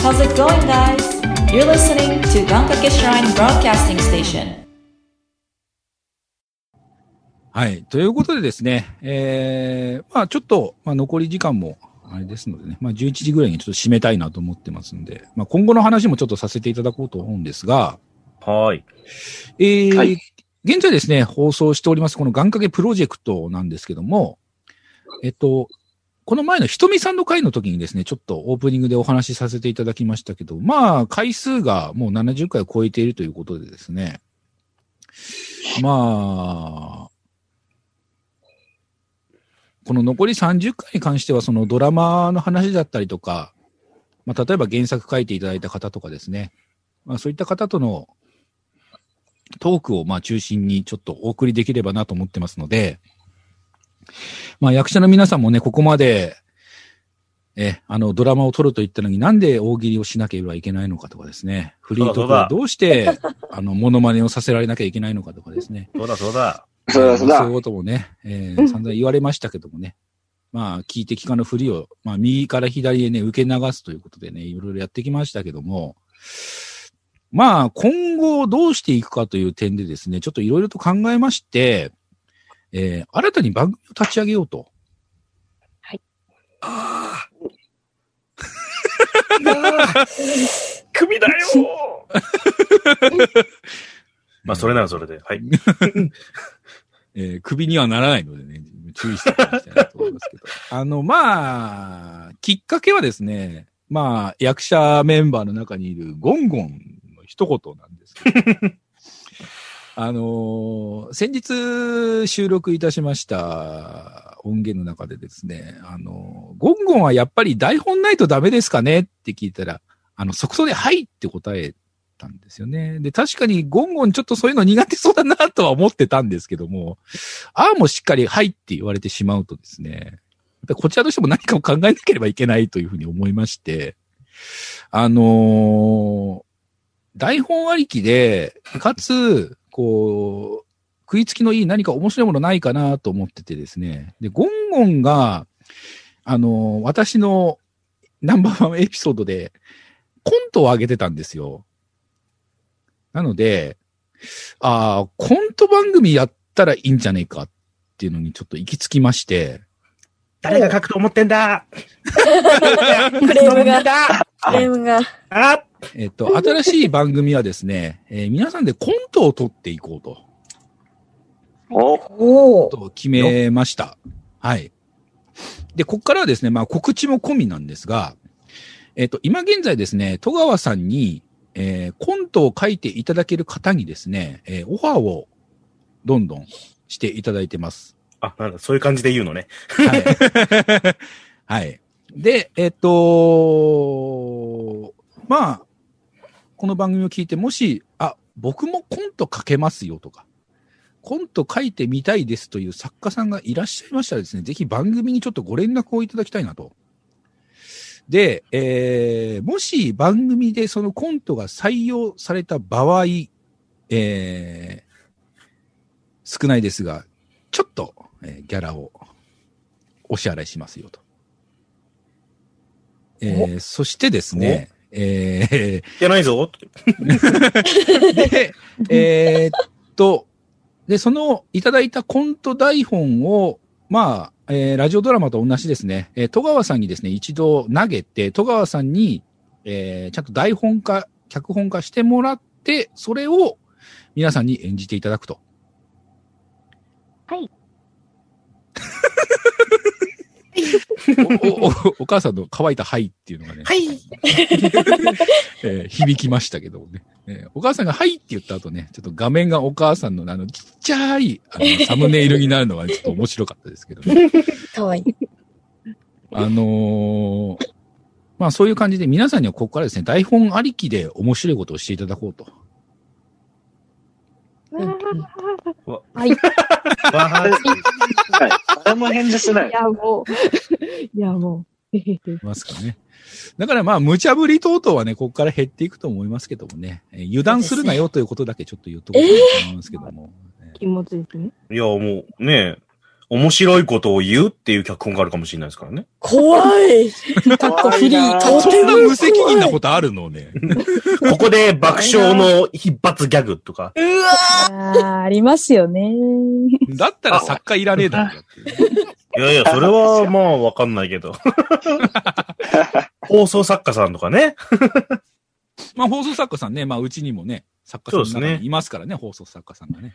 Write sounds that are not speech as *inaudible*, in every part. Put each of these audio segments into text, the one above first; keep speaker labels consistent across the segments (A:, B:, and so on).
A: How's it going, guys? You're listening to Gankake Shrine Broadcasting Station.
B: はい。ということでですね、えー、まあちょっと、まあ残り時間もあれですのでね、まあ11時ぐらいにちょっと締めたいなと思ってますんで、まあ今後の話もちょっとさせていただこうと思うんですが、
C: はい。
B: えー、
D: はい
B: 現在ですね、放送しております、この願掛けプロジェクトなんですけども、えっと、この前のひとみさんの回の時にですね、ちょっとオープニングでお話しさせていただきましたけど、まあ、回数がもう70回を超えているということでですね、まあ、この残り30回に関しては、そのドラマの話だったりとか、まあ、例えば原作書いていただいた方とかですね、まあ、そういった方とのトークをまあ中心にちょっとお送りできればなと思ってますので、まあ役者の皆さんもね、ここまで、え、あの、ドラマを撮ると言ったのになんで大喜利をしなければいけないのかとかですね、フリートークはどうして、あの、モノマネをさせられなきゃいけないのかとかですね、
C: そうだそうだ。
D: そうだそ
B: そ
D: う
B: う
D: だ
B: いう。こともね、えー、散々言われましたけどもね。まあ、聞いて聞かぬふりを、まあ、右から左へね、受け流すということでね、いろいろやってきましたけども、まあ、今後どうしていくかという点でですね、ちょっといろいろと考えまして、えー、新たに番組を立ち上げようと。
C: 首だよ *laughs* まあ、それならそれで。はい。
B: えー、首にはならないのでね、注意していただきたいなと思いますけど。 *laughs* あの、まあ、きっかけはですね、まあ、役者メンバーの中にいるゴンゴンの一言なんですけど、 *laughs* あのー先日収録いたしました音源の中でですね、あのーゴンゴンはやっぱり台本ないとダメですかねって聞いたら、あの、即答ではいって答えたんですよね。で、確かにゴンゴンちょっとそういうの苦手そうだなとは思ってたんですけども、ああもしっかりはいって言われてしまうとですね、やっぱりこちらとしても何かを考えなければいけないというふうに思いまして、あのー台本ありきで、かつ、こう、食いつきのいい何か面白いものないかなと思っててですね。で、ゴンゴンが、あのー私のナンバーワンエピソードで、コントを上げてたんですよ。なので、ああ、コント番組やったらいいんじゃねえかっていうのにちょっと行き着きまして、
C: 誰が書くと思ってんだ
E: クレームが、クレームが。
C: あ
B: えっと、新しい番組はですね、えー皆さんでコントを撮っていこうと。
D: お
E: おお。
B: と決めました。はい。で、ここからはですね、まあ告知も込みなんですが、えっ、と、今現在ですね、戸川さんに、えーコントを書いていただける方にですね、えーオファーをどんどんしていただいてます。
C: あ、なんだ、そういう感じで言うのね。
B: はい。はい。で、えっ、とまあ、この番組を聞いて、もし、あ、僕もコント書けますよとか、コント書いてみたいですという作家さんがいらっしゃいましたらですね、ぜひ番組にちょっとご連絡をいただきたいなと。で、えーもし番組でそのコントが採用された場合、えー少ないですが、ちょっと、えーギャラをお支払いしますよと。えーそしてですね、え
C: いやないぞ。
B: ーで、えーっと、で、そのいただいたコント台本を、まあ、えーラジオドラマと同じですね、えー戸川さんにですね、一度投げて、戸川さんに、えーちゃんと台本化、脚本化してもらって、それを皆さんに演じていただくと。
F: はい。
B: おおおお母さんの乾いた「はい」っていうのがね、
C: はい。
B: *laughs* えー響きましたけどもね、えーお母さんが「はい」って言った後ね、ちょっと画面がお母さんのあのちっちゃいあのサムネイルになるのがちょっと面白かったですけどね。
E: *laughs* かわいい。
B: あのーまあそういう感じで皆さんにはここからですね、台本ありきで面白いことをしていただこうと。
E: うんうん
F: はい。い
C: わー
D: はい誰も返事しない。
F: や、もう。いや、もう。へへへ
B: ますかね。だからまあ、無茶ぶり等々はね、ここから減っていくと思いますけどもね、えー油断するなよということだけちょっと言っとこうかなと思いますけども。えー
F: 気持ちですね。
C: いや、もう、ねえ。面白いことを言うっていう脚本があるかもしれないですからね。
E: 怖い。かっこフリー。
D: 怖いな
E: と
B: そ
E: て
B: ん
E: も
B: な
E: 怖い
B: 無責任なことあるのね。
C: ここで爆笑の必発ギャグとか。
E: うわ
F: あーありますよね。
B: だったら作家いらねえだろうっていう。
C: いやいや、それはまあわかんない *laughs* けど。放送作家さんとかね。
B: まあ放送作家さんね、まあうちにもね、作家さんの中にいますからね、放送作家さんがね。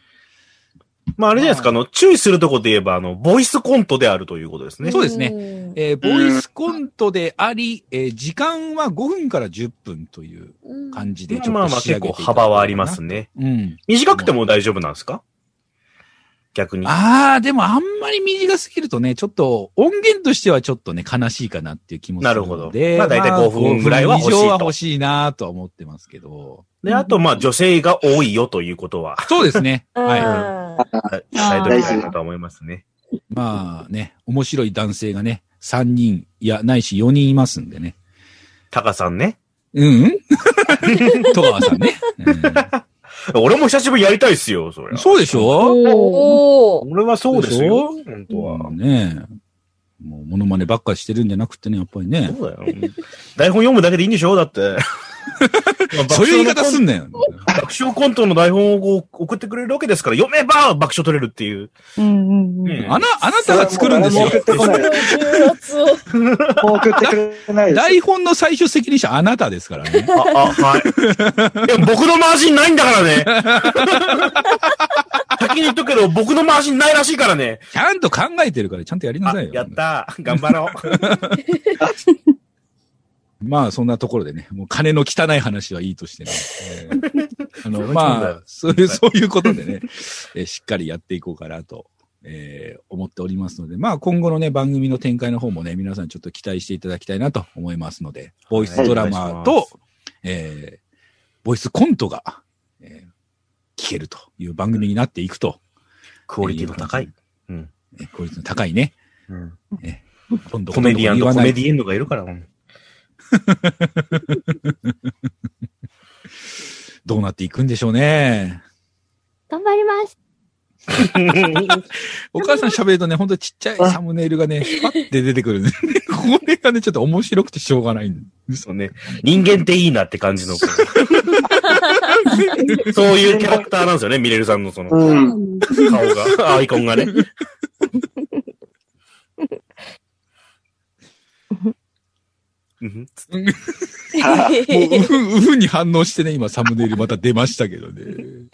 C: まああれじゃないですか、あの、注意するとこで言えば、あの、ボイスコントであるということですね。
B: そうですね
E: ね。
B: えーボイスコントであり、えー時間は5分から10分という感じで、ちょ
C: ま
B: っ
C: あま
B: と
C: あ
B: 仕
C: 結
B: 上げて
C: 構
B: いただければ
C: 幅はありますね。
B: な。うん。
C: 短くても大丈夫なんですか逆に。
B: ああ、でもあんまり短すぎるとね、ちょっと音源としてはちょっとね、悲しいかなっていう気もするので。
C: なるほどまあ大体5分ぐらいは欲しいと
B: 5分以上は欲しいなとは思ってますけど。
C: で、あとまあ女性が多いよということは、
B: *laughs* そうですね。は
E: あ
C: はい伝えときたいなと思いますね。
B: い。まあね、面白い男性がね、3人、いや、ないし4人いますんでね。
C: タカさんね。
B: うんうん *laughs* 戸川さんね。
C: 俺も久しぶりやりたいっすよ、そ
B: うん
C: れ。
B: そうでしょ
E: ーおー。
C: 俺はそうですよ。
B: で
C: 本当は
B: も。うねもうモノマネばっかりしてるんじゃなくてね、やっぱりね。
C: そうだよ。台本読むだけでいいんでしょだ
B: *laughs*
C: って。
B: そういう言い方すん
C: ね。
B: なよ。
C: 爆笑コントの台本をこう送ってくれるわけですから、読めば爆笑取れるっていう。
F: うんうんうん。
C: ね
B: あな、あなたが作るんですよ
D: もう。送ってこない。
E: 重圧を。
D: もう送ってくれないです。
B: 台本の最終責任者あなたですからね。
C: あ、あ、 *laughs* はい。でも僕のマージンないんだ *laughs* からね。先に言っとくけど、僕のマージンないらしいからね。
B: ちゃんと考えてるからちゃんとやりな
C: あ
B: さいよ。
C: やったー。頑張ろう。
B: まあそんなところでね、もう金の汚い話はいいとしてね。えーあの、まあ、そういう、そういうことでね、えーしっかりやっていこうかなと、えー思っておりますので、まあ今後のね、番組の展開の方もね、皆さんちょっと期待していただきたいなと思いますので、ボイスドラマーと、
C: はい
B: えーボイスコントが、えー聞けるという番組になっていくと、
C: *laughs* クオリティの高
B: え
C: い。
B: ー効率の高いね、
C: うん
B: 今度
C: コメディアンとコ
B: 今度言わな
C: メ
B: い
C: ディエンドがいるから。うん
B: どうなっていくんでしょうね。
F: 頑張ります。
B: お母さん喋るとね、ほんとちっちゃいサムネイルがね、パッて出てくるね。 *laughs* これがね、ちょっと面白くてしょうがないんです。
C: そうね。人間っていいなって感じ *laughs* の。そういうキャラクターなんですよね、ミレルさんのその
D: う。
F: うんん
C: 顔が、アイコンが *laughs* ね。うん
D: あ
B: もう、うふん、うふんに反応してね、今サムネイルまた出ましたけどね。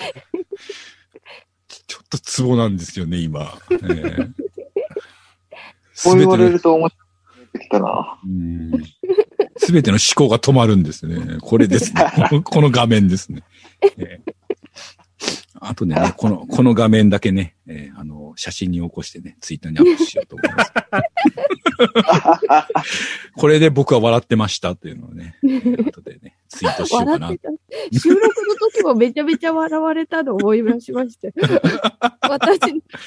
B: ちちょっとツボなんですよね、今。ええ
D: こう
B: 全
D: 言われ
B: ての
D: ると面白くなってきたな。
B: うんすべての思考が止まるんですね。これです
F: *laughs*
B: ね。このこの画面ですね。えーあとね、この、この画面だけね、えーあの、写真に起こしてね、ツイッターにアップしようと思い
F: *laughs*
B: ます。これで僕は笑ってましたっていうのをね、後でね、ツイートしようかな
F: 笑っ。てた。収録の時もめちゃめちゃ笑われたのを思い出しましたよ。私、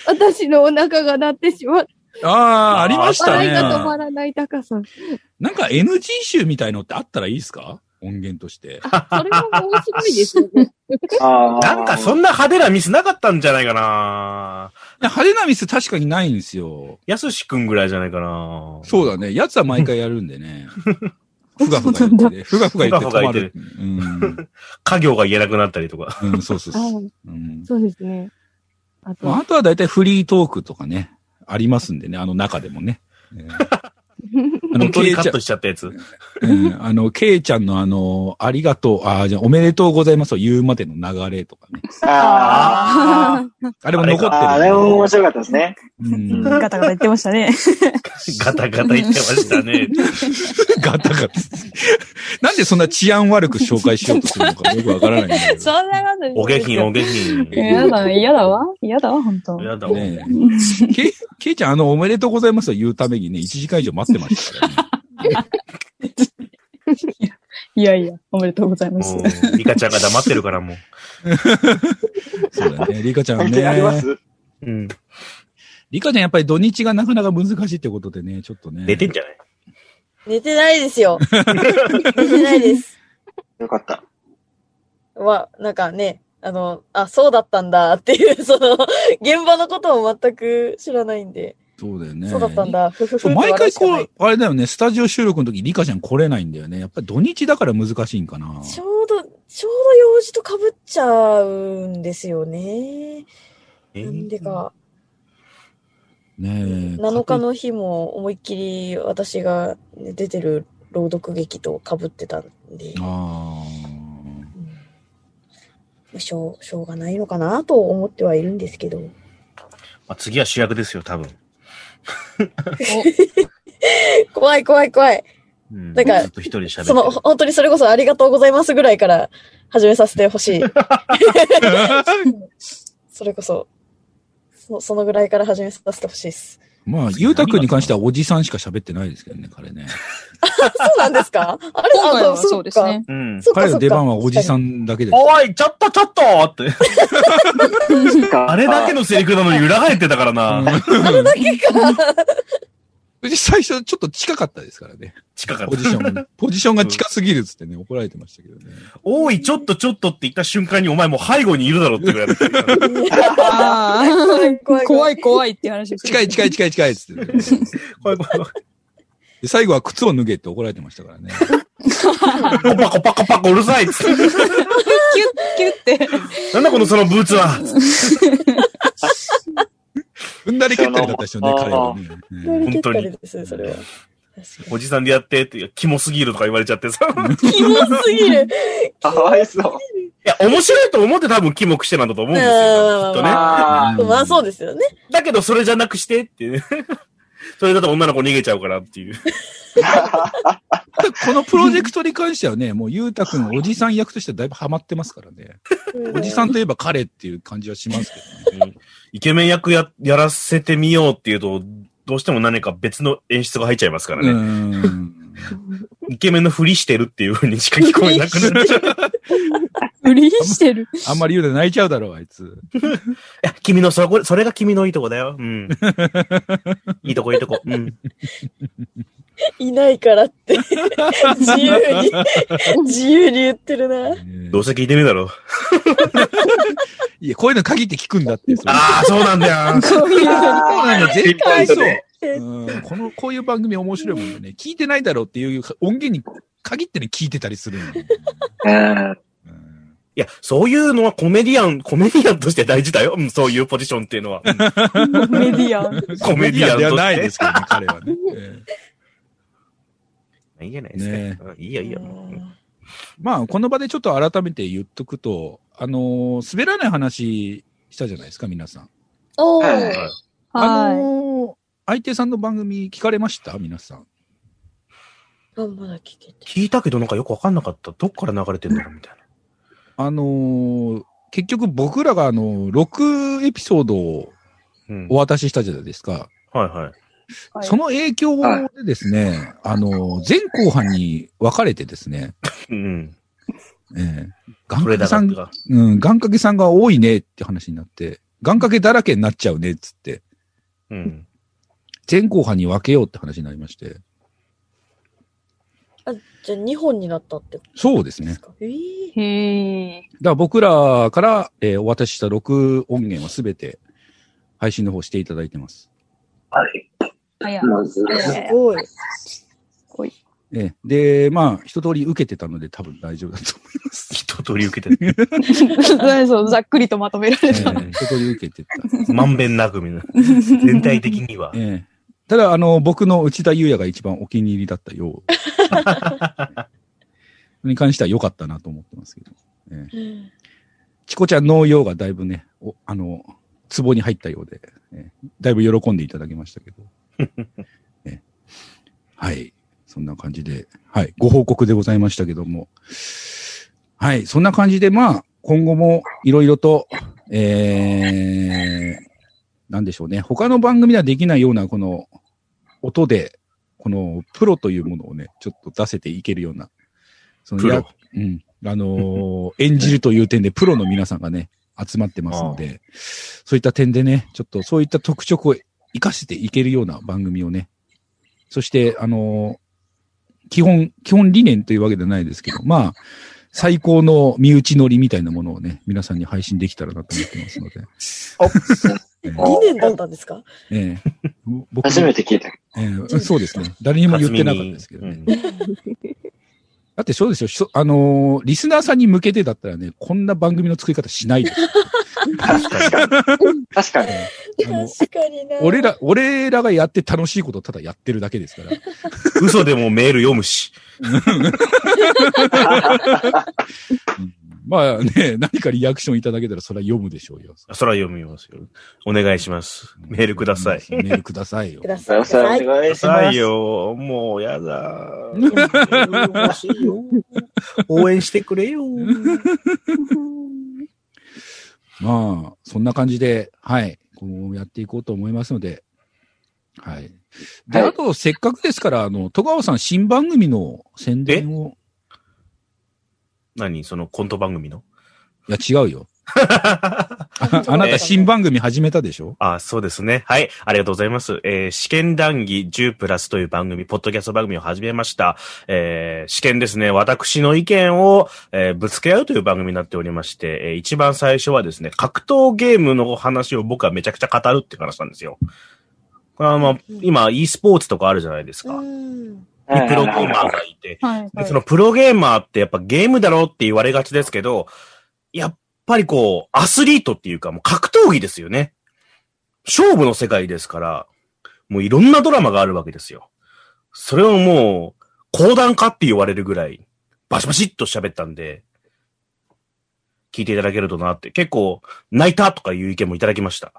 F: 私のお腹が鳴ってしまって、
B: ああ、ありました
F: 笑い
B: ね。
F: が止まらない高さん。
B: なんか NG 集みたいのってあったらいいですか音源として。
F: それも面白いですよね。
D: あー
C: なんかそんな派手なミスなかったんじゃないかな
B: 派手なミス確かにないんですよ。
C: やすしくんぐらいじゃないかな
B: そう
C: う。
B: だね。やつは毎回やるんで
D: *laughs*
B: ね。ふがふが言ってね。ふがふが言って止まる。うん
C: 家業が言えなくなったりとか。
B: うん、そうそう
F: あ
B: そう。
F: ー
B: うん
F: そうですね。あと
B: まあ、あとは大体フリートークとかね、ありますんでね、あの中でもね。え
D: *laughs*
B: ーあの、
C: 本当
B: ケ
C: に
B: イ
C: カ
B: ちゃ
C: ッ
B: ん
C: ト、しちゃったやつ。
B: うんあの、ケイちゃんのあの、ありがとう、あーじゃあおめでとうございますを言うまでの流れとかね。
D: あ
E: あ
B: あれも残ってるんで。
D: ーあー、あれも面白かったですね。
B: うん
E: ガタガタ言ってましたね。
C: *laughs* ガタガタ言ってましたね。
B: ガタガタ。なんでそんな治安悪く紹介しようとするのかよくわからないんだけど。
E: そんなことない
C: お下品、お下品。
E: 嫌だ、嫌だわ。嫌だわ、本当。
C: やだ、
B: ねえ。けい、けいちゃん、あの、おめでとうございますを言 *laughs* うためにね、1時間以上待ってましたからね。
E: いやいや、おめでとうございます。
C: もう、リカちゃんが黙ってるからも
B: そうだね。リカちゃん
D: 関係ありま
B: ね。
D: す
C: う。うん。
B: リカちゃん、やっぱり土日がなかなか難しいってことでね、ちょっとね。
C: 寝てんじゃない
E: 寝てないです
B: *laughs*
E: よ。寝てないです。
D: よかった。
E: は、なんかね、あの、あ、そうだったんだっていう、その、現場のことも全く知らないんで、
B: そうだよね。
E: そうだったんだ、ふふふ。
B: 毎回こ
E: う
B: う、あれだよね、スタジオ収録の時、リカちゃん来れないんだよね。やっぱり土日だから難しいんかな。
E: ちょうど、ちょうど用事と被っちゃうんですよね。なんでか、
B: ねえ。
E: 7日の日も思いっきり私が出てる朗読劇と被ってたんで、
B: あ
E: まあしょう、しょうがないのかなと思ってはいるんですけど。
C: まあ、次は主役ですよ、多分。
E: 怖い怖い怖い。
C: うん
E: だから
C: ずっと一人で喋って
E: その、
C: る。
E: 本当にそれこそありがとうございますぐらいから始めさせてほ
B: *laughs*
E: しい。
B: あ。
E: それこそ、そそのぐらいから始めさせてほしい
B: *laughs*
E: です。
B: まあ、ゆうたくんに関してはおじさんしか喋ってないですけどね、彼ね。
E: そうなんですかあれ
G: 今回は
E: あ
G: そうですね。。
C: うん。
E: そっか
B: 彼の出番はおじ
E: ん。
B: さんだけです。
C: おい、ちょっとちょっとって。あ
D: あ
C: れだけのセリフなのに裏返ってたからな。
B: *laughs* うち最初ちょっと近かったですからね。
C: 近かっ
B: *laughs* ポジション。ポジションが近すぎるっつってね、怒られてましたけどね。
C: た。おい、ちょっとちょっとって言った瞬間にお前もう背後にいるだろってぐらいだったから。
G: あー
E: 怖い怖い
G: 怖い怖いって話です。
B: 近い近い近い近いっつってね、
C: 怖い怖い怖い
B: で最後は靴を脱げって怒られてましたからね。
C: コパコパコパコうるさいっつって。
G: キュッキュッって。
C: なんだこのそのブーツは。
B: 踏んだり蹴ったりだったでしょうね、
D: そ
B: 彼は
D: の
B: ね。
E: いろい
B: ね
E: ろ結果です、それは。
C: おじさんでやってって、いやキモすぎるとか言われちゃってさ。
E: キモすぎる。
D: かわいそう。
C: いや、面白いと思って多分キモくしてなんだと思うんですよ。きっとね。
D: あ
E: まあそうですよね。
C: だけどそれじゃなくしてって *laughs* いうね。それだと女の子逃げちゃうからっていう。
B: ただこのプロジェクトに関してはね、もうゆうたくんおじさん役としてだいぶハマってますからね。おじさんといえば彼っていう感じはしますけどね。
C: イケメン役や、やらせてみようっていうと、どうしても何か別の演出が入っちゃいますから
B: う
C: *laughs* ね。
B: ーん。
C: イケメンのふりしてるっていう風にしか聞こえなくなっちゃう。
G: 不倫してる。
B: あんまり言うで泣いちゃうだろう、あいつ。
C: いや君のそこ、それが君のいいとこだよ。
B: *laughs*
C: うん。いいとこいいとこ。うん。
E: いないから
B: *laughs*
E: って。自由に、自由に言ってるな。
C: どうせ聞いてねえだろ。
B: いや、こういうの限って聞くんだって。それ
C: ああ、そうなんだよ。
G: こういうの
B: そうなんだ、絶対そう。
E: え
B: うんこの、こういう番組面白いもんね。聞いてないだろうっていう音源に限ってね、聞いてたりするの。
D: うん。
B: うん
C: いや、そういうのはコメディアン、コメディアンとして大事だよ。うん、そういうポジションっていうのは。うん
G: メディアン。
C: コメディアンとして
B: ではないですけどね、彼はね。ええ
C: いいじゃないですか。
B: ね
C: うんいいよ、いいよ。うん
B: まあ、この場でちょっと改めて言っとくと、あのー滑らない話したじゃないですか、皆さん。
E: おー
D: はい
B: あ
G: は
B: のー相手さんの番組聞かれました皆さん。
E: あ、まだ聞けて。
C: 聞いたけどなんかよくわかんなかった。どっから流れてんだろうみたいな。
B: あのー結局僕らがあの、6エピソードを
C: うん。
B: お渡ししたじゃないですか。
C: はいはい。
G: はい
B: その影響でですね、あの、前後半に分かれてですね、
C: うん。
B: ええ願
C: そ
B: 掛け
C: れだ
B: さん、
C: が。
B: うん、願掛けさんが多いねって話になって、願掛けだらけになっちゃうねっつって、
C: うん。
B: 前後半に分けようって話になりまして、
E: あ、じゃあ2本になったってこと
B: そうです
E: で
B: ね。だ
E: す
B: か
E: か。えー
G: い。へえ。
B: ら僕らから、えーお渡しした6音源はすべて配信の方していただいてます。
D: はい。
G: はや。
D: まず、
E: すごい。
B: ええで、まあ、一通り受けてたので多分大丈夫だと
C: *laughs*
B: 思います。
C: 一通り受け
B: *laughs*
C: てる。
G: そう、ざっくりとまとめら
B: ええ
G: れた。
B: 一通り受けてた。
C: *laughs* まんべんなくみんな。全体的に
B: *laughs*
C: は。
B: ええ。ただ、あの、僕の内田祐也が一番お気に入りだったよう。に関しては良かったなと思ってますけど。
E: うん
B: チコちゃんのようがだいぶね、おあの、壺に入ったようで、ええだいぶ喜んでいただきましたけど。ええはい。そんな感じで、はい。ご報告でございましたけども。はい。そんな感じで、まあ、今後もいろいろと、えー、なんでしょうね。他の番組ではできないような、この、音で、この、プロというものをね、ちょっと出せていけるような、その
C: プロ
B: やうん。あのー演じるという点で、プロの皆さんがね、集まってますので、そういった点でね、ちょっとそういった特色を生かしていけるような番組をね、そして、あのー基本、基本理念というわけではないですけど、まあ、最高の身内乗りみたいなものをね、皆さんに配信できたらなと思ってますので。 *laughs*
E: 2年だったんですか
B: ええ僕
D: 初めて聞いた。
B: ええそうですね。誰にも言ってなかったですけどね。だってそうですよしょ。あのーリスナーさんに向けてだったらね、こんな番組の作り方しないです。
D: 確かに。確かに。
B: あの
E: 確かにな。
B: 俺ら、俺らがやって楽しいことをただやってるだけですから。
C: 嘘でもメール読むし。
B: うんまあね、何かリアクションいただけたらそれは読むでしょうよ。
C: そら読みますよ。お願いします。メールください。
B: メールくださいよ
E: く。ださい。
D: お願い
C: く
D: しま
C: ださ
D: す。
C: いよ。もうやだ。欲しいよ。応援してくれよ。
B: まあ、そんな感じで、はい、こうやっていこうと思いますので、はい。で、
D: はい
B: あと、せっかくですから、あの、戸川さん、新番組の宣伝を、
C: 何そのコント番組の
B: いや、違うよ。ああなた、新番組始めたでしょ
C: あ、そうですね。はい。ありがとうございます。えー試験談義10プラスという番組、ポッドキャスト番組を始めました。えー試験ですね。私の意見を、えーぶつけ合うという番組になっておりまして、えー一番最初はですね、格闘ゲームのお話を僕はめちゃくちゃ語るって話なんですよ。これはまあ、今、e スポーツとかあるじゃないですか。
E: う
C: に
E: ん。
C: プロゲーマーがいて、
G: はい
C: で、そのプロゲーマーってやっぱゲームだろうって言われがちですけど、やっぱりこう、アスリートっていうかもう格闘技ですよね。勝負の世界ですから、もういろんなドラマがあるわけですよ。それをもう、講談家って言われるぐらい、バシバシっと喋ったんで、聞いていただけるとなって、結構、泣いたとかいう意見もいただきました。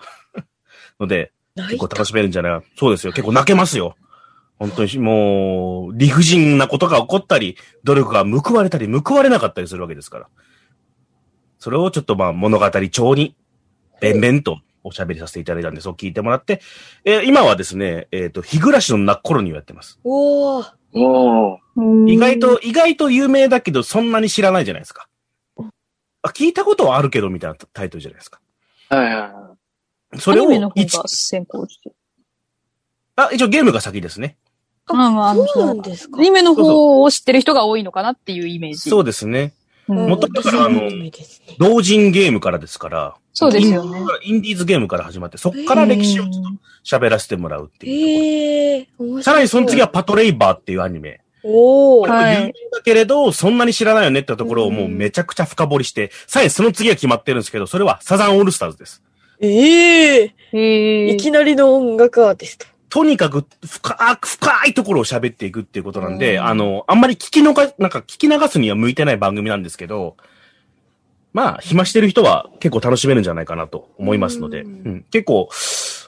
C: ので、
E: 泣
C: 結
E: い
C: 構
E: た
C: 楽しめるんじゃないそうですよ。結構泣けますよ。本当に、もう、理不尽なことが起こったり、努力が報われたり、報われなかったりするわけですから。それをちょっとまあ、物語調に、べんべんとおしゃべりさせていただいたんで、そう聞いてもらって、えー今はですね、えっ、と、日暮らしの泣く頃にをやってます。
E: おー。
D: も
C: 意外と、意外と有名だけど、そんなに知らないじゃないですか。あ聞いたことはあるけど、みたいなタイトルじゃないですか。
D: う、はいはいは
C: それ
G: ア
C: を
G: ニメの方
C: 一
G: が、先行して。
C: あ、一応ゲームが先ですね。
G: まあまあ
E: そうなんですか
G: アニメの方を知ってる人が多いのかなっていうイメージ。
C: そうですね。
G: うん
C: もっと
E: 私のアニメですね
C: 同人ゲームからですから、
G: そうですよね。
C: インディーズゲームから始まって、そこから歴史をちょっと喋らせてもらうっていうとこ
E: へえ面白
C: ろ。
E: い。
C: さらにその次はパトレイバーっていうアニメ。
E: おお、
C: これも有
G: はい
C: 名だけれど、そんなに知らないよねってところをもうめちゃくちゃ深掘りして、さらにその次は決まってるんですけど、それはサザンオールスターズです。
E: ええ
G: へえ。
E: いきなりの音楽アーティスト。
C: とにかく深く深いところを喋っていくっていうことなんで、
E: うん
C: あの、あんまり聞きのか、なんか聞き流すには向いてない番組なんですけど、まあ、暇してる人は結構楽しめるんじゃないかなと思いますので、
E: う
C: うんん結構、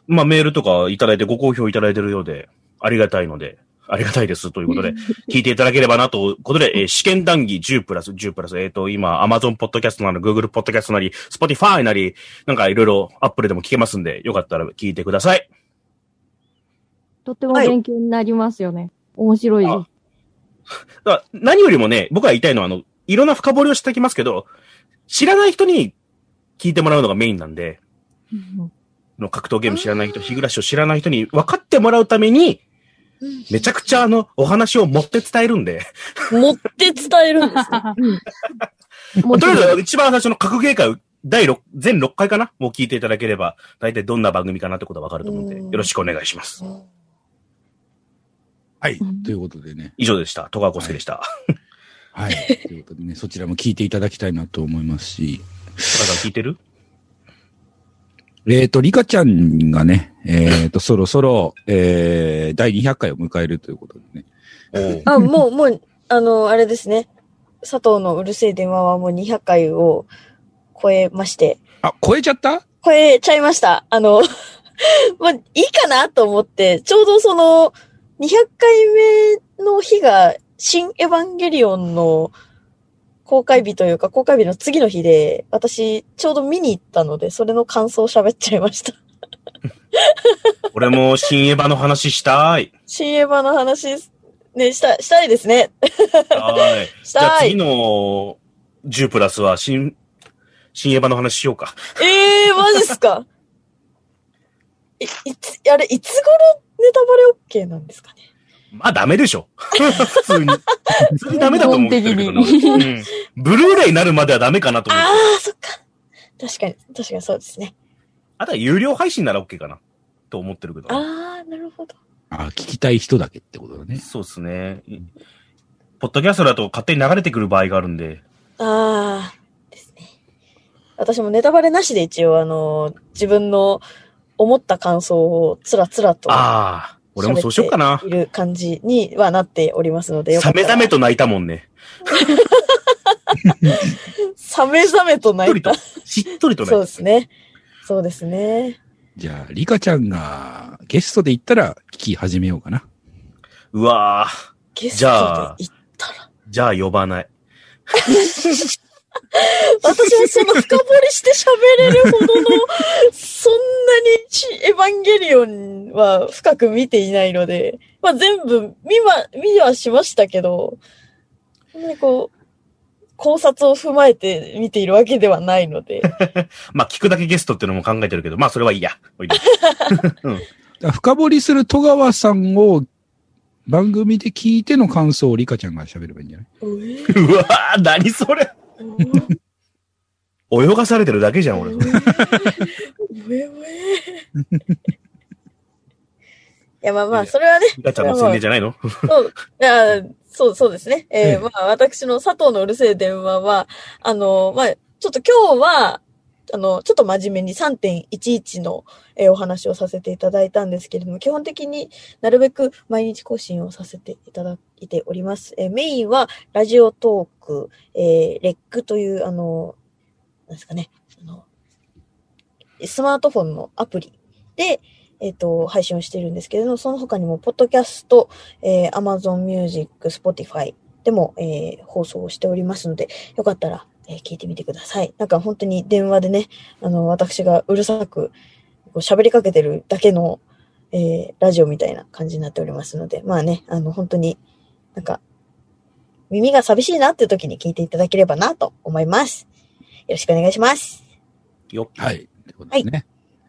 C: まあメールとかいただいてご好評いただいてるようで、ありがたいので、ありがたいですということ
E: *laughs*
C: で、聞いていただければなということで、えー試験談義10プラス、10プラス、えっ、と、今、Amazon ポッドキャストなり、Google ポッドキャストなり、Spotify なり、なんかいろいろ Apple でも聞けますんで、よかったら聞いてください。
F: とっても勉強になりますよね。面白いです。
C: だから何よりもね、僕が言いたいのは、あの、いろんな深掘りをしていきますけど、知らない人に聞いてもらうのがメインなんで、の格闘ゲーム知らない人、
E: あー
C: 日暮らしを知らない人に分かってもらうために、めちゃくちゃあの、お話を持って伝えるんで、
E: 持って伝えるんですね。
F: もち
C: と
F: ろ
C: り
F: ん
C: あえず一番最初の格ゲー会、第6、全6回かなもう聞いていただければ、大体どんな番組かなってことは分かると思うんで、
E: うん
C: よろしくお願いします。
B: はい。ということでね。
C: 以上でした。戸川浩介でした。
B: はい。 *laughs* ということでね、そちらも聞いていただきたいなと思いますし。
C: 戸川さん聞いてる
B: えっ、と、リカちゃんがね、えっ、と、そろそろ、えー、第200回を迎えるということでね。
C: おう
E: あ、もう、もう、あの、あれですね。佐藤のうるせえ電話はもう200回を超えまして、
B: あ、超えちゃった
E: 超えちゃいました。あの、 *laughs* まあ、いいかなと思って、ちょうどその、200回目の日が、新エヴァンゲリオンの公開日というか、公開日の次の日で、私、ちょうど見に行ったので、それの感想を喋っちゃいました。 *laughs*
C: 俺も新エヴァの話したい。
E: 新エヴァの話、ね、した、したいですね。
C: はーい。
E: し
C: *laughs* じゃあ
E: た
C: 次
E: い。
C: の10プラスは新、新エヴァの話しようか。
E: ええー、マジっすか。 *laughs* い、いつ、あれ、いつ頃ネタバレ OK なんですかね。
C: *laughs* まあダメでしょ。普通に。それダメだと思ってるけどな、
G: 基本的
C: 俺う
G: に
C: んブルーレイになるまではダメかなと思って
E: あ
C: る。
E: あ、そっか。確かに、確かにそうですね。
C: あとは有料配信なら OK かなと思ってるけどな。
E: ああ、なるほど。
B: あ、聞きたい人だけってことだね。
C: そうですね。ポッドキャストだと勝手に流れてくる場合があるんで。
E: ああ、ですね。私もネタバレなしで一応、あの、自分の思った感想をつらつらと
C: ああ、俺もそうしよっかな。
E: いる感じにはなっておりますので、よ
C: サ
E: かった
C: メ
E: ら
C: ザメ。と泣いたもんね。
E: *laughs* サメザメと
C: しっ
E: 泣
C: と
E: い
C: り
E: た
C: と。。しっとりと泣いた。
E: そうですね。そうですね。
B: じゃあ、リカちゃんがゲストで行ったら聞き始めようかな。
C: うわぁ。
E: ゲス
C: じ
E: ト
C: ゃあ
E: で行ったら。
C: じゃあ呼ばない。
E: 私もその深掘りして喋れるほどの、そんなにしエヴァンゲリオンは深く見ていないので、 *laughs* まあ全部見は、見はしましたけど、そんなにこう、考察を踏まえて見ているわけではないの *laughs* で、
C: まあ、聞くだけゲストっていうのも考えてるけど、まあ、それはいいや。おいで
B: だから深掘りする戸川さんを番組で聞いての感想をリカちゃんが喋ればいいんじゃないう
E: え
C: うわぁ、何それ。
E: うえ
C: 泳がされてるだけじゃん、俺。
E: うえうえいや、まあまあ、それはね、
C: リカちゃんの宣伝じゃないの
E: そう、いやそう、そうですね。えー
B: ええ
E: まあ、私の佐藤のうるせえ電話は、あの、まあ、ちょっと今日は、あの、ちょっと真面目に3.11の、えーお話をさせていただいたんですけれども、基本的になるべく毎日更新をさせていただいております。えーメインは、ラジオトーク、えーレックという、あの、なんですかね、あの、スマートフォンのアプリで、えっ、と、配信をしているんですけれども、その他にも、ポッドキャスト、えー、Amazon Music、Spotify でも、えー放送をしておりますので、よかったら、えー聞いてみてください。なんか本当に電話でね、あの、私がうるさくこう喋りかけてるだけの、えーラジオみたいな感じになっておりますので、まあね、あの、本当になんか、耳が寂しいなっていう時に聞いていただければなと思います。よろしくお願いします。
C: よ
B: はい。ってことですね。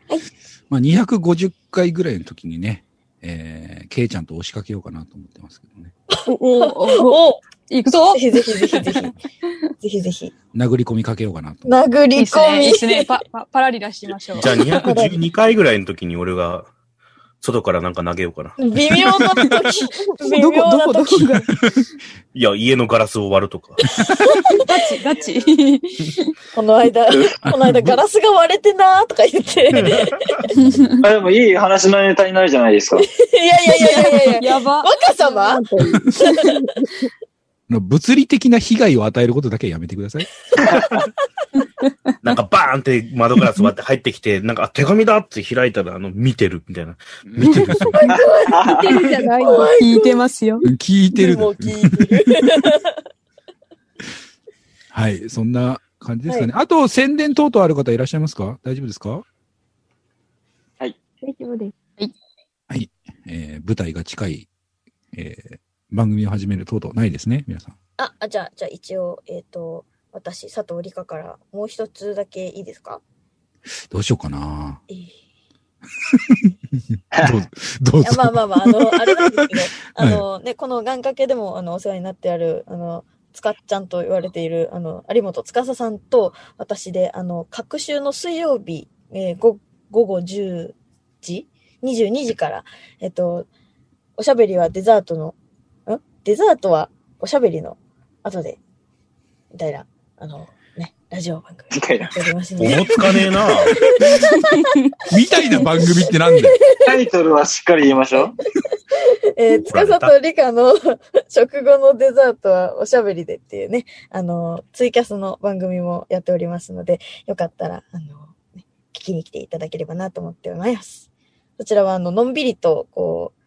E: はいは
B: まあ、250回ぐらいの時にね、えー、ケイちゃんと押しかけようかなと思ってますけどね。
G: おおお
E: お
G: 行くぞ
E: *laughs* ぜひぜひぜひぜひ。ぜひぜひ。
B: 殴り込みかけようかなと思って。
E: 殴
G: いい
E: り
G: っすね
E: 込
G: いい
E: み
G: っ。すね。パ、パ、パラリラしましょう。
C: じゃあ、212回ぐらいの時に俺が、外からなんか投げようかな。
E: 微妙な時。微
B: どこ
E: 妙
B: ど
E: な時。
B: こどこが *laughs*
C: いや、家のガラスを割ると
G: *laughs*
C: か。
G: ガチ、ガチ。
E: この間、この間ガラスが割れてなーとか言って。いやい
D: あ、でもいい話のネタになるじゃないで
C: *laughs*
D: すか。
E: やいやいやいや
G: やば。
E: 若様
B: 物理的な被害を与えることだけはやめてください。
C: なんかバーンって窓ガラス割って入ってきて、なんかあ手紙だって開いたら、あの、見てるみたいな。見てる。
D: あ
F: てるじゃないよ。
G: 聞いてますよ。
B: 聞いてる。
E: もう聞いてる。
B: はい。そんな感じですかね。あと、宣伝等々ある方いらっしゃいますか大丈夫ですか
F: 大丈夫です。
B: えー、舞台が近い、えー、番組を始める等々ないですね、皆さん。
E: あ、あじゃあ、じゃあ一応、えっ、と、私、佐藤理香からもう一つだけいいですか
B: どうしようかな。
E: えーい
B: どうぞ。どう
E: や
B: ぞ。
E: まあまあまあ、あの、あれなんですけど、あの、ね、この願掛けでも、あの、お世話になってある、あの、つかっちゃんと言われている、あの、有本つかささんと私で、あの、各週の水曜日、えーご午後10時 ?22 時から、えっと、おしゃべりはデザートの、んデザートはおしゃべりの後で、みたいな、あの、ね、ラジオ番組
D: みたいな。
E: やっておりますので
C: 思つかねえな。
B: みたいな番組ってなんだ
E: *laughs*
B: よ。
D: タイトルはしっかり言いましょう。
E: えー、つかさとりかの *laughs* 食後のデザートはおしゃべりでっていうね、あの、ツイキャスの番組もやっておりますので、よかったら、あの、ね聞きに来ていただければなと思っております。そちらは、あの、のんびりと、こう、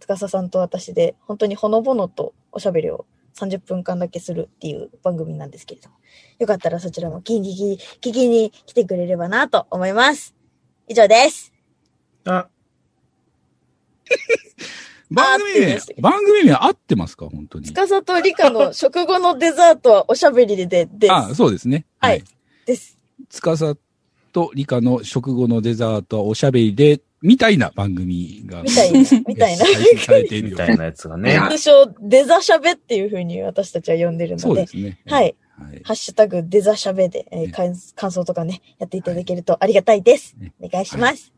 E: つかささんと私で、本当にほのぼのとおしゃべりを30分間だけするっていう番組なんですけれども、よかったらそちらも聞きに、聞きに来てくれればなと思います。以上です。
C: あ、
B: 番組
E: 合
B: 名
E: ってます、
B: 番組名合ってますか本当に
E: つ。かさとりかの食後のデザートはおしゃべりで、です。
B: あ、そうですね。
E: はいです。
B: つかさと理科の食後のデザートはおしゃべりで、みたいな番組が。
E: みたいな、みたいな。
B: 配信されている
C: み
B: よ
C: たいなやつがね。
E: 通称、デザしゃべっていう風に私たちは呼んでる
B: そ
E: の
B: うで
E: で、
B: すね。
E: はい。
B: はい。
E: ハッシュタグ、デザしゃべで、えー
B: ね
E: 感感想とかね、やっていただけるとありがたいです
B: ね。
E: お願いします。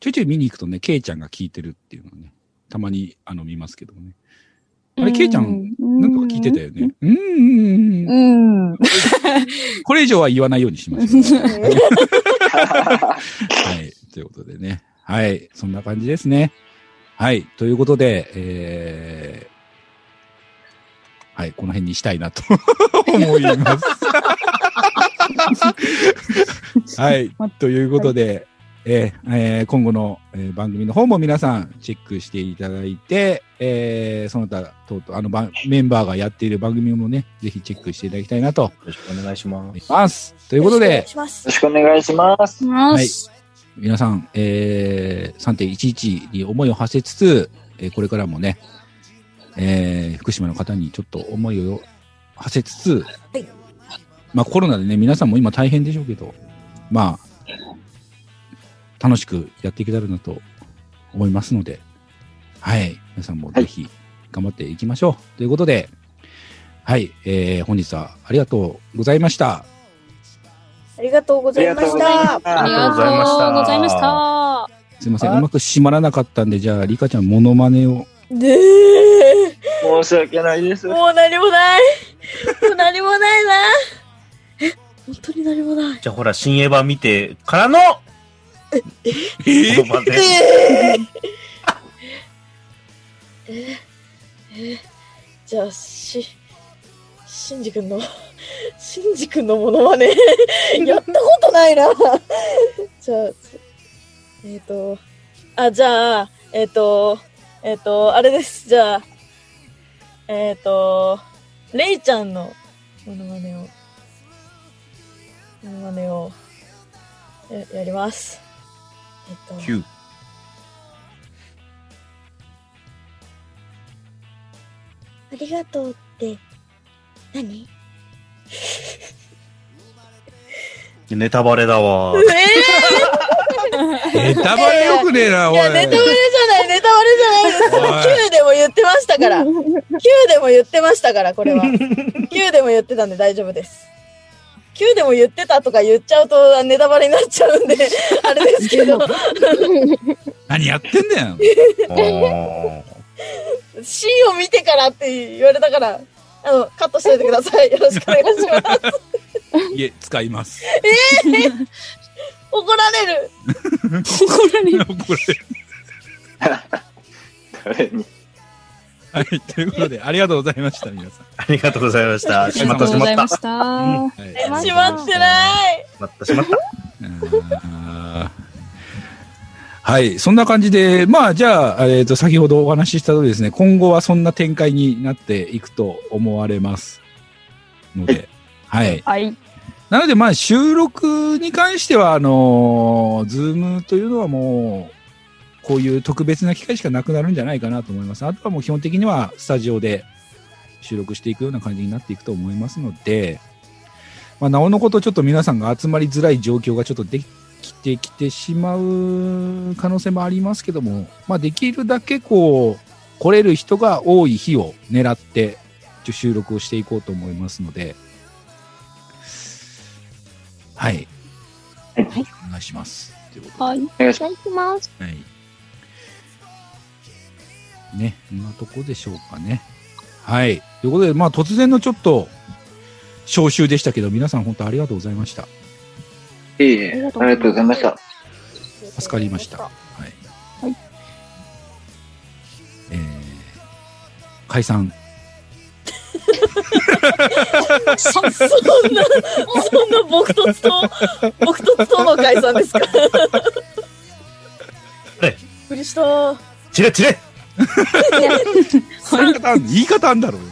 B: ちょいちょい見に行くとね、ケイちゃんが聞いてるっていうのをね、たまにあの見ますけどね。あれ、ケイちゃん、なんか聞いてたよね。うーん。
G: うん。
B: これ以上は言わないようにしましょう。
E: うん
B: はい。ということでね。はい。そんな感じですね。はい。ということで、えー、はい。この辺にしたいなと *laughs* 思います。はい。ということで、えーえー今後の、えー番組の方も皆さんチェックしていただいて、えーその他、とうとう、あの番、メンバーがやっている番組もね、ぜひチェックしていただきたいなと
C: よろしくお願いしま
B: 思い。ます。ということ
E: よろ
B: で
E: し、くお願いしま
D: ろし
E: す
D: くお願いします。
B: はい。皆さん、えー、3.11に思いを馳せつつ、えーこれからもね、えー福島の方にちょっと思いを馳せつつ、
E: い
B: まあコロナでね、皆さんも今大変でしょうけど、まあ、楽しくやっていけたらなと思いますので、はい。皆さんもぜひ頑張っていきましょう。ということで、はい。えー本日はありがとうございました。
E: ありがとうございまし
G: あ
E: た。
D: あ
G: り
D: り
G: が
D: がとう
G: とうご
D: ご
G: ざ
D: ざ
G: い
D: い
G: ま
D: ま
G: し。
D: したた
B: すいません。
C: あ
B: うまく締まらなかったんで、じゃあ、リカちゃん、モノマネを。
E: で
D: 申し訳ないです。
E: もう何もない。もう何もないな。え、本当に何もない。
C: じゃあほら、新エヴァ見てからの言葉で。
E: えーえーじゃあ、し、しんじくんの、 *laughs* しんじくんのものまね、 *laughs* やったことない *laughs* な。じゃあ、えっ、と、あ、じゃあ、えっ、と、えっ、と、あれです。じゃあ、えっ、と、れいちゃんのものまねを、ものまねを、ややります。えっ、と、
C: キュー
E: ありがとうって何
C: ネタバレだわ
E: え。
G: *laughs*
B: *laughs* ネ
E: え
B: タバレよくねえな、
E: ー、い
B: お
E: や、ネ
B: い。
E: タバレじゃない、ネタバレじゃないです。9でも言ってましたから。9でも言ってましたから、こ
B: *laughs*
E: れは。9でも言ってたんで大丈夫です。9でも言ってたとか言っちゃうとネタバレになっちゃうん
B: *laughs*
E: で、あれですけど、
B: 何やってんだ
E: *laughs*
B: よ。
C: もう
E: C を見てからって言われたから、あの、カットしといてください。よろしくお願いします。
B: *laughs* いえ、使います。 *laughs*
E: 怒られる。
G: 怒られる。
B: これ。
D: 誰に
B: はい、ということで、ありがとうございました、皆さん。
C: ありがとうございました。しま
G: ありが
C: っ
G: と
C: た、
G: う
C: し
G: ご
C: ま
G: ざい
C: った。
G: ま
C: し
G: した。
B: はい
E: しまってない。
C: まった、しまった。
B: あー *laughs* はい、そんな感じで、まあ、じゃあ、えっ、と、先ほどお話しした通りですね、今後はそんな展開になっていくと思われます。ので、はい。
G: はい。
B: なので、まあ、収録に関しては、あのー、ズームというのはもう、こういう特別な機会しかなくなるんじゃないかなと思います。あとはもう基本的にはスタジオで収録していくような感じになっていくと思いますので、まあ、なおのことちょっと皆さんが集まりづらい状況がちょっとできてきてしまう可能性もありますけども、まあ、できるだけこう、来れる人が多い日を狙ってちょ収録をしていこうと思いますので、はい。
D: はい
B: お願いします。ということで
G: はい。
D: お願いし
F: いきます。
B: はい。ね、こんなとこでしょうかね。はい。ということで、まあ突然のちょっと、招集でしたけど、皆さん本当ありがとうございました。
D: ます。いえいえ、ありがとうございました。
B: 助かりました。はい。
G: はい
B: えー、解散。
E: そ *laughs* んな、そんな、僕突と、僕突との解散ですか
C: はい
E: びっくりした。
C: チレチレ
B: 言い方あん、言い方あんだろう。